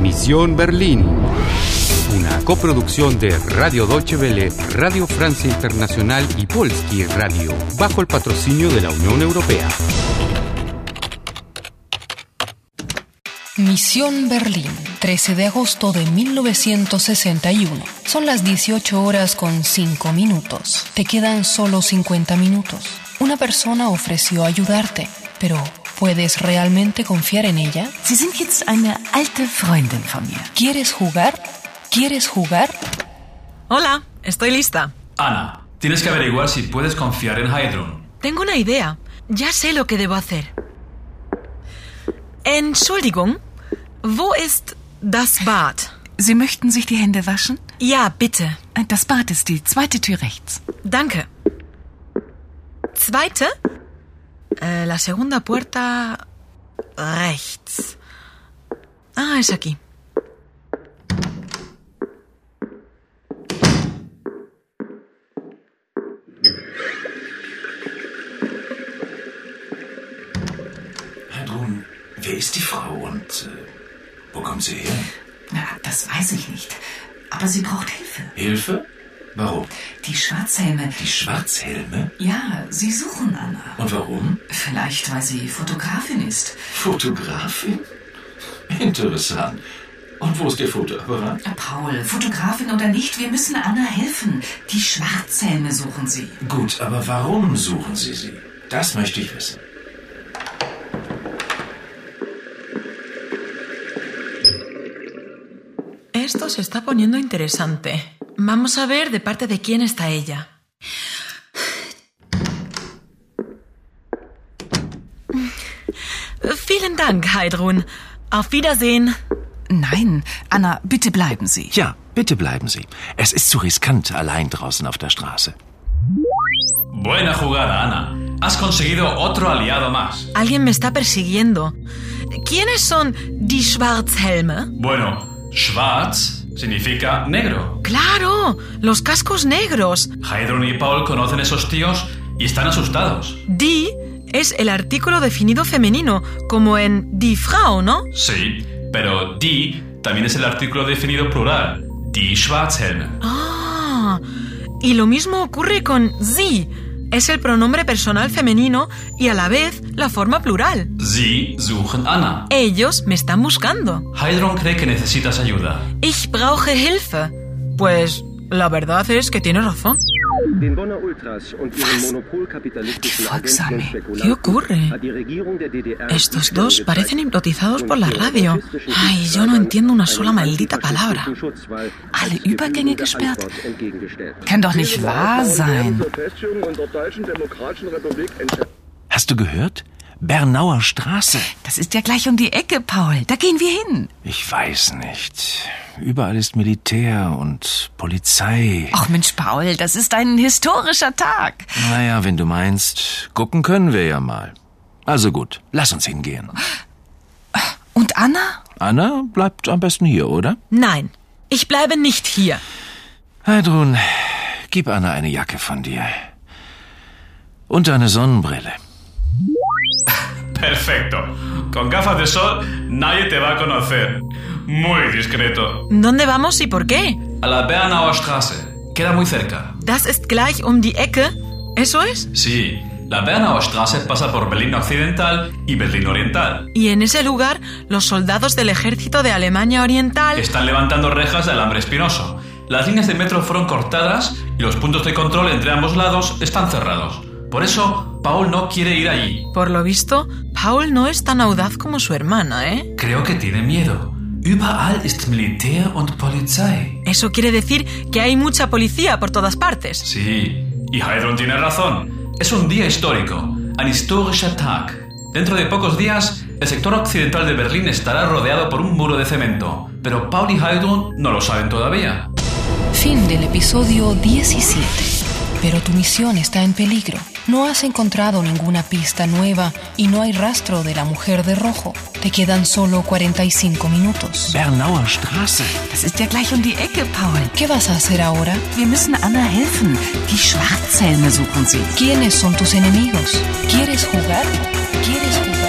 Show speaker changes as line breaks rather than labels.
Misión Berlín. Una coproducción de Radio Deutsche Welle, Radio Francia Internacional y Polski Radio, bajo el patrocinio de la Unión Europea.
Misión Berlín, 13 de agosto de 1961. Son las 18 horas con 5 minutos. Te quedan solo 50 minutos. Una persona ofreció ayudarte, pero ¿puedes realmente confiar en ella?
Sie sind jetzt eine alte Freundin von mir.
¿Quieres jugar? ¿Quieres jugar?
Hola, estoy lista.
Ana, tienes que averiguar si puedes confiar en Heidrun.
Tengo una idea. Ya sé lo que debo hacer. Entschuldigung, wo ist das Bad?
Sie möchten sich die Hände waschen?
Ja, bitte.
Das Bad ist die zweite Tür rechts.
Danke. Zweite? Äh, la segunda puerta rechts. Ah, es aquí.
Heidrun, wer ist die Frau und äh, wo kommt sie her?
Na, das weiß ich nicht. Aber sie braucht Hilfe.
Hilfe? Warum?
Die Schwarzhelme.
Die Schwarzhelme?
Ja, sie suchen Anna.
Und warum?
Vielleicht, weil sie Fotografin ist.
Fotografin? Interessant. Und wo ist ihr Fotoapparat?
Paul, Fotografin oder nicht, wir müssen Anna helfen. Die Schwarzhelme suchen sie.
Gut, aber warum suchen Sie sie? Das möchte ich wissen.
Esto se está poniendo interesante. Vamos a ver de parte de quién está ella. Vielen Dank, Heidrun. Auf Wiedersehen.
Nein, Anna, bitte bleiben Sie.
Ja, bitte bleiben Sie. Es ist zu riskant, allein draußen auf der Straße.
Buena jugada, Ana. Has conseguido otro aliado más.
Alguien me está persiguiendo. ¿Quiénes son die Schwarzhelme?
Bueno, Schwarz significa negro.
Claro, los cascos negros.
Heidrun y Paul conocen esos tíos y están asustados.
Die es el artículo definido femenino, como en die Frau, ¿no?
Sí, pero die también es el artículo definido plural. Die Schwarzhelme.
Ah, y lo mismo ocurre con sie. Es el pronombre personal femenino y a la vez la forma plural.
Sie suchen Anna.
Ellos me están buscando.
Heidrun cree que necesitas ayuda.
Ich brauche Hilfe. Pues la verdad es que tiene razón.
Den Bonner Ultras und ihren monopolkapitalistischen
Die
Agenten
Volksarmee.
und
¿Qué
Spekulanten
ocurre?
hat die Regierung der DDR
Estos
Israel
dos
gezeigt
parecen hipnotizados
und
por la
ihren
radio.
faschistischen
Ay, yo no
Kriegstreibern
entiendo una sola
einen
maldita
antifaschistischen
palabra.
Schutzwall
Alle
als gebührende
Übergänge gesperrt?
Antwort entgegengestellt.
Kann doch nicht wahr sein.
Zur Feststellung unserer Deutschen Demokratischen Republik entscheiden.
Hast du gehört? Bernauer Straße.
Das ist ja gleich um die Ecke, Paul. Da gehen wir hin.
Ich weiß nicht. Überall ist Militär und Polizei.
Ach Mensch, Paul, das ist ein historischer Tag.
Naja, wenn du meinst, gucken können wir ja mal. Also gut, lass uns hingehen.
Und Anna?
Anna bleibt am besten hier, oder?
Nein, ich bleibe nicht hier.
Heidrun, gib Anna eine Jacke von dir. Und eine Sonnenbrille.
Perfecto. Con gafas de sol nadie te va a conocer. Muy discreto.
¿Dónde vamos y por qué?
A la Bernauer Straße. Queda muy cerca.
Das ist gleich um die Ecke. ¿Eso es?
Sí, la Bernauer Straße pasa por Berlín Occidental y Berlín Oriental.
Y en ese lugar, los soldados del ejército de Alemania Oriental...
Están levantando rejas de alambre espinoso. Las líneas de metro fueron cortadas y los puntos de control entre ambos lados están cerrados. Por eso, Paul no quiere ir allí.
Por lo visto, Paul no es tan audaz como su hermana, ¿eh?
Creo que tiene miedo. Überall ist Militär und Polizei.
Eso quiere decir que hay mucha policía por todas partes.
Sí, y Heidrun tiene razón. Es un día histórico, ein historischer Tag. Dentro de pocos días, el sector occidental de Berlín estará rodeado por un muro de cemento, pero Paul y Heidrun no lo saben todavía.
Fin del episodio 17. Pero tu misión está en peligro. No has encontrado ninguna pista nueva y no hay rastro de la mujer de rojo. Te quedan solo 45 minutos.
Bernauer Straße.
Das ist ja gleich um die Ecke, Paul.
¿Qué vas a hacer ahora?
Wir müssen Anna helfen. Die Schwarzhelme suchen sie.
¿Quiénes son tus enemigos? ¿Quieres jugar? ¿Quieres jugar?